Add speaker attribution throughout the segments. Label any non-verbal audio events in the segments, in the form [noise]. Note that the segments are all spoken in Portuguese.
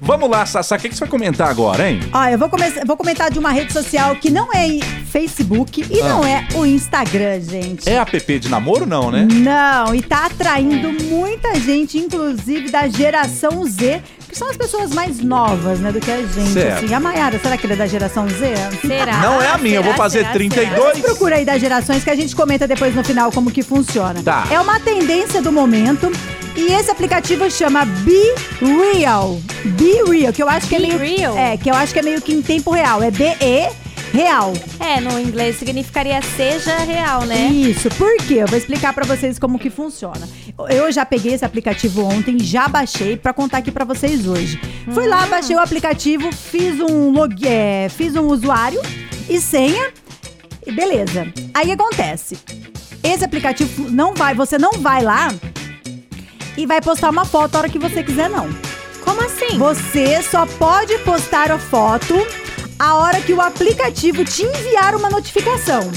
Speaker 1: Vamos lá, Sassá, o que, que você vai comentar agora, hein?
Speaker 2: Ó, eu vou, começar, vou comentar de uma rede social que não é em Facebook e
Speaker 1: Ah.
Speaker 2: não é o Instagram, gente.
Speaker 1: É app de namoro, não, né?
Speaker 2: Não, e tá atraindo muita gente, inclusive da geração Z, que são as pessoas mais novas, né, do que a gente.
Speaker 1: Certo.
Speaker 2: Assim. A Maiara, será que ele é da geração Z?
Speaker 3: Ah, Será?
Speaker 1: Não é a minha, eu vou fazer 32.
Speaker 3: será?
Speaker 2: Procura aí das gerações que a gente comenta depois no final como que funciona.
Speaker 1: Tá.
Speaker 2: É uma tendência do momento. E esse aplicativo chama Be Real. Be Real, que eu acho que é
Speaker 3: Be
Speaker 2: meio
Speaker 3: Real?
Speaker 2: é, que eu acho que é meio que em tempo real. É B E real.
Speaker 3: É, no inglês significaria seja real, né?
Speaker 2: Isso, por quê? Eu vou explicar pra vocês como que funciona. Eu já peguei esse aplicativo ontem, já baixei pra contar aqui pra vocês hoje. Fui lá,
Speaker 3: Hum.
Speaker 2: baixei o aplicativo, fiz um log, é, fiz um usuário e senha e beleza. Aí acontece. Esse aplicativo não vai, você não vai lá e vai postar uma foto a hora que você quiser não.
Speaker 3: Como assim?
Speaker 2: Você só pode postar a foto a hora que o aplicativo te enviar uma notificação.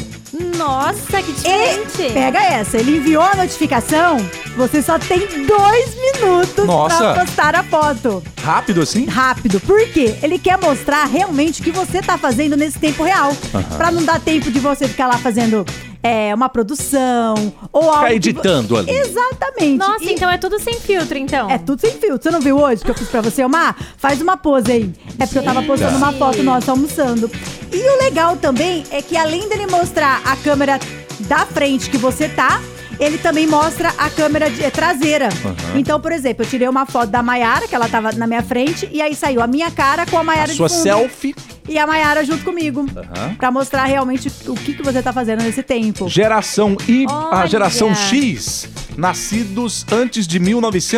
Speaker 3: Nossa, que diferente!
Speaker 2: Pega essa, ele enviou a notificação, você só tem dois minutos
Speaker 1: Nossa.
Speaker 2: pra postar a foto.
Speaker 1: Rápido assim?
Speaker 2: Rápido, por quê? Ele quer mostrar realmente o que você tá fazendo nesse tempo real.
Speaker 1: Aham.
Speaker 2: Pra não dar tempo de você ficar lá fazendo é, uma produção ou algo.
Speaker 1: Ficar
Speaker 2: que vo-
Speaker 1: editando ali.
Speaker 2: Exatamente.
Speaker 3: Nossa,
Speaker 2: E-
Speaker 3: então é tudo sem filtro, então.
Speaker 2: é tudo sem filtro. Você não viu hoje que eu fiz pra você, Omar? Faz uma pose aí. É porque eu tava
Speaker 1: Tá.
Speaker 2: postando uma foto nossa almoçando. E o legal também é que além dele mostrar a câmera da frente que você tá, ele também mostra a câmera de- eh, traseira.
Speaker 1: Aham.
Speaker 2: Então, por exemplo, eu tirei uma foto da Maiara, que ela tava na minha frente, e aí saiu a minha cara com a
Speaker 1: A
Speaker 2: Maiara de
Speaker 1: sua Tá.
Speaker 2: fundo.
Speaker 1: selfie.
Speaker 2: E a Maiara junto comigo.
Speaker 1: Aham.
Speaker 2: Pra mostrar realmente o que, que você tá fazendo nesse tempo.
Speaker 1: Geração I, a
Speaker 3: Olha.
Speaker 1: geração X, nascidos antes de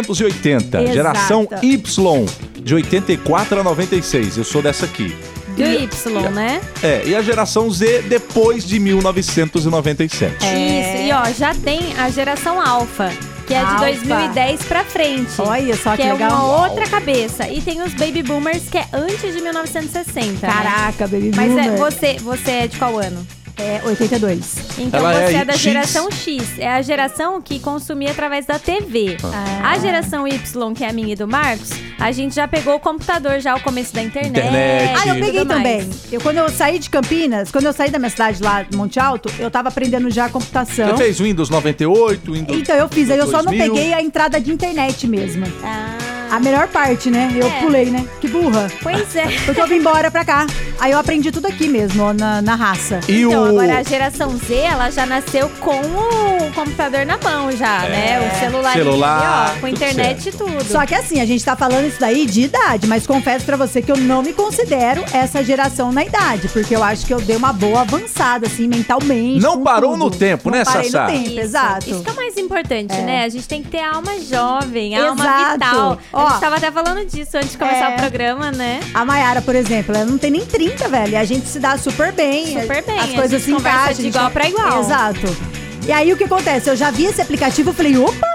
Speaker 1: 1980.
Speaker 2: Exato.
Speaker 1: Geração Y, de 84 a 96. Eu sou dessa aqui.
Speaker 3: Do Y, né?
Speaker 1: É, e a geração Z depois de
Speaker 3: É,
Speaker 1: 1997.
Speaker 2: É.
Speaker 3: Isso. E ó, já tem a geração alfa, que é de
Speaker 2: Alfa.
Speaker 3: 2010 pra frente.
Speaker 2: Olha só que,
Speaker 3: que é
Speaker 2: legal.
Speaker 3: uma outra cabeça. E tem os baby boomers, que é antes de 1960. né?
Speaker 2: Caraca, baby.
Speaker 3: Mas é,
Speaker 2: boomer.
Speaker 3: você, você é de qual ano?
Speaker 2: É 82.
Speaker 3: Então
Speaker 1: Ela
Speaker 3: você
Speaker 1: é
Speaker 3: é, da
Speaker 1: X?
Speaker 3: geração X. É a geração que consumia através da TV.
Speaker 2: Ah.
Speaker 3: A geração Y, que é a minha e do Marcos, a gente já pegou o computador já, o começo da internet.
Speaker 1: Internet.
Speaker 2: Ah, eu
Speaker 1: E
Speaker 2: peguei
Speaker 3: tudo mais.
Speaker 2: também. Eu, quando eu saí de Campinas, quando eu saí da minha cidade lá, Monte Alto, eu tava aprendendo já a computação.
Speaker 3: então.
Speaker 1: Você fez Windows 98, Windows.
Speaker 2: Então eu fiz, aí eu só não
Speaker 1: 2000.
Speaker 2: peguei a entrada de internet mesmo.
Speaker 3: Ah,
Speaker 2: A melhor parte, né? Eu
Speaker 3: É.
Speaker 2: pulei, né? Que burra.
Speaker 3: pois é.
Speaker 2: Porque eu vim embora pra cá. Aí eu aprendi tudo aqui mesmo, ó, na, na raça.
Speaker 1: E
Speaker 3: então,
Speaker 1: o...
Speaker 3: agora a geração Z, ela já nasceu com o computador na mão já, né? O celular,
Speaker 1: É. Celular,
Speaker 3: ali, ó, com
Speaker 1: tudo
Speaker 3: internet
Speaker 1: certo.
Speaker 3: e tudo.
Speaker 2: Só que assim, a gente tá falando isso daí de idade, mas confesso pra você que eu não me considero essa geração na idade, porque eu acho que eu dei uma boa avançada, assim, mentalmente.
Speaker 1: Não
Speaker 2: com
Speaker 1: parou
Speaker 2: tudo.
Speaker 1: no tempo,
Speaker 2: Não
Speaker 1: né,
Speaker 2: parei
Speaker 1: Sassá?
Speaker 2: No tempo,
Speaker 3: Isso,
Speaker 2: exato.
Speaker 3: Isso que é o mais importante, né? A gente tem que ter alma jovem, alma
Speaker 2: Exato.
Speaker 3: vital.
Speaker 2: Ó.
Speaker 3: a gente tava até falando disso antes de começar
Speaker 2: É.
Speaker 3: o programa, né?
Speaker 2: A Mayara, por exemplo, ela não tem nem 30, velho. E a gente se dá super bem.
Speaker 3: Super bem,
Speaker 2: As
Speaker 3: a
Speaker 2: coisas
Speaker 3: gente
Speaker 2: se
Speaker 3: conversa
Speaker 2: encaixam.
Speaker 3: de
Speaker 2: a gente-
Speaker 3: igual pra igual.
Speaker 2: Exato. E aí o que acontece? Eu já vi esse aplicativo e falei, opa,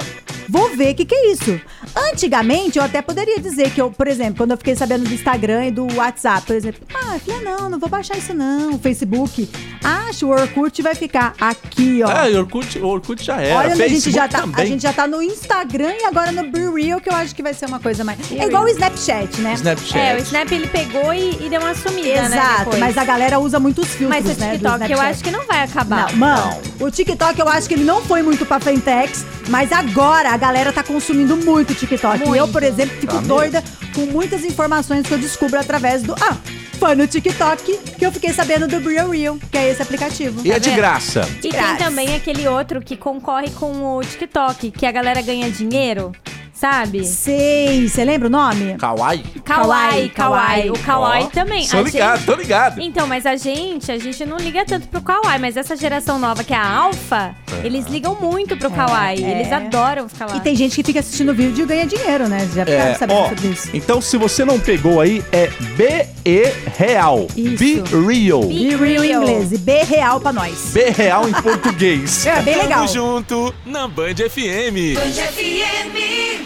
Speaker 2: vou ver o que, que é isso. Antigamente, eu até poderia dizer que eu, por exemplo, quando eu fiquei sabendo do Instagram e do WhatsApp, por exemplo, ah, eu falei, ah, não, não vou baixar isso não. O Facebook, acho, o Orkut vai ficar aqui, ó.
Speaker 1: Ah, e Orkut, Orkut já era.
Speaker 2: Olha, onde a gente
Speaker 1: é, Facebook
Speaker 2: já tá,
Speaker 1: também.
Speaker 2: a gente já tá no Instagram e agora no Be Real, que eu acho que vai ser uma coisa mais. É
Speaker 3: Real.
Speaker 2: igual o Snapchat, né?
Speaker 1: Snapchat.
Speaker 3: É, o Snap ele pegou e, e deu uma sumida, né?
Speaker 2: Exato,
Speaker 3: depois.
Speaker 2: mas a galera usa muitos filtros,
Speaker 3: Mas o
Speaker 2: né, do
Speaker 3: TikTok eu
Speaker 2: Snapchat.
Speaker 3: acho que não vai acabar.
Speaker 2: Não, mano, o TikTok eu acho que ele não foi muito pra Frentex, mas agora a galera tá consumindo muito o TikTok. E eu, por exemplo, fico
Speaker 1: Tá mesmo.
Speaker 2: doida com muitas informações que eu descubro através do. Ah, foi no TikTok que eu fiquei sabendo do Real Real, que é esse aplicativo.
Speaker 1: E é de graça.
Speaker 3: E tem
Speaker 2: Graças.
Speaker 3: também aquele outro que concorre com o TikTok, que a galera ganha dinheiro, sabe?
Speaker 2: Sei, você lembra o nome?
Speaker 1: Kawaii?
Speaker 2: Kawaii,
Speaker 3: Kawaii, Kawaii. O Kawaii
Speaker 1: Ó,
Speaker 3: também.
Speaker 1: Tô
Speaker 3: A
Speaker 1: ligado, tô ligado.
Speaker 3: Então, mas a gente, a gente não liga tanto pro Kawaii, mas essa geração nova que é a Alpha, eles ligam muito pro Kawaii.
Speaker 2: é.
Speaker 3: Eles adoram ficar lá.
Speaker 2: E tem gente que fica assistindo vídeo e ganha dinheiro, né? Já
Speaker 1: É,
Speaker 2: ficaram sabendo
Speaker 1: ó,
Speaker 2: sobre isso.
Speaker 1: então se você não pegou aí, é BE Real.
Speaker 2: Isso.
Speaker 1: Be Real.
Speaker 3: Be-
Speaker 2: Be Real em inglês e B real pra nós.
Speaker 1: B Real em português.
Speaker 2: [laughs] É, bem legal.
Speaker 4: Tamo junto na Band FM.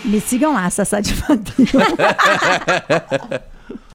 Speaker 2: Me sigam lá, Sassá de Fabio.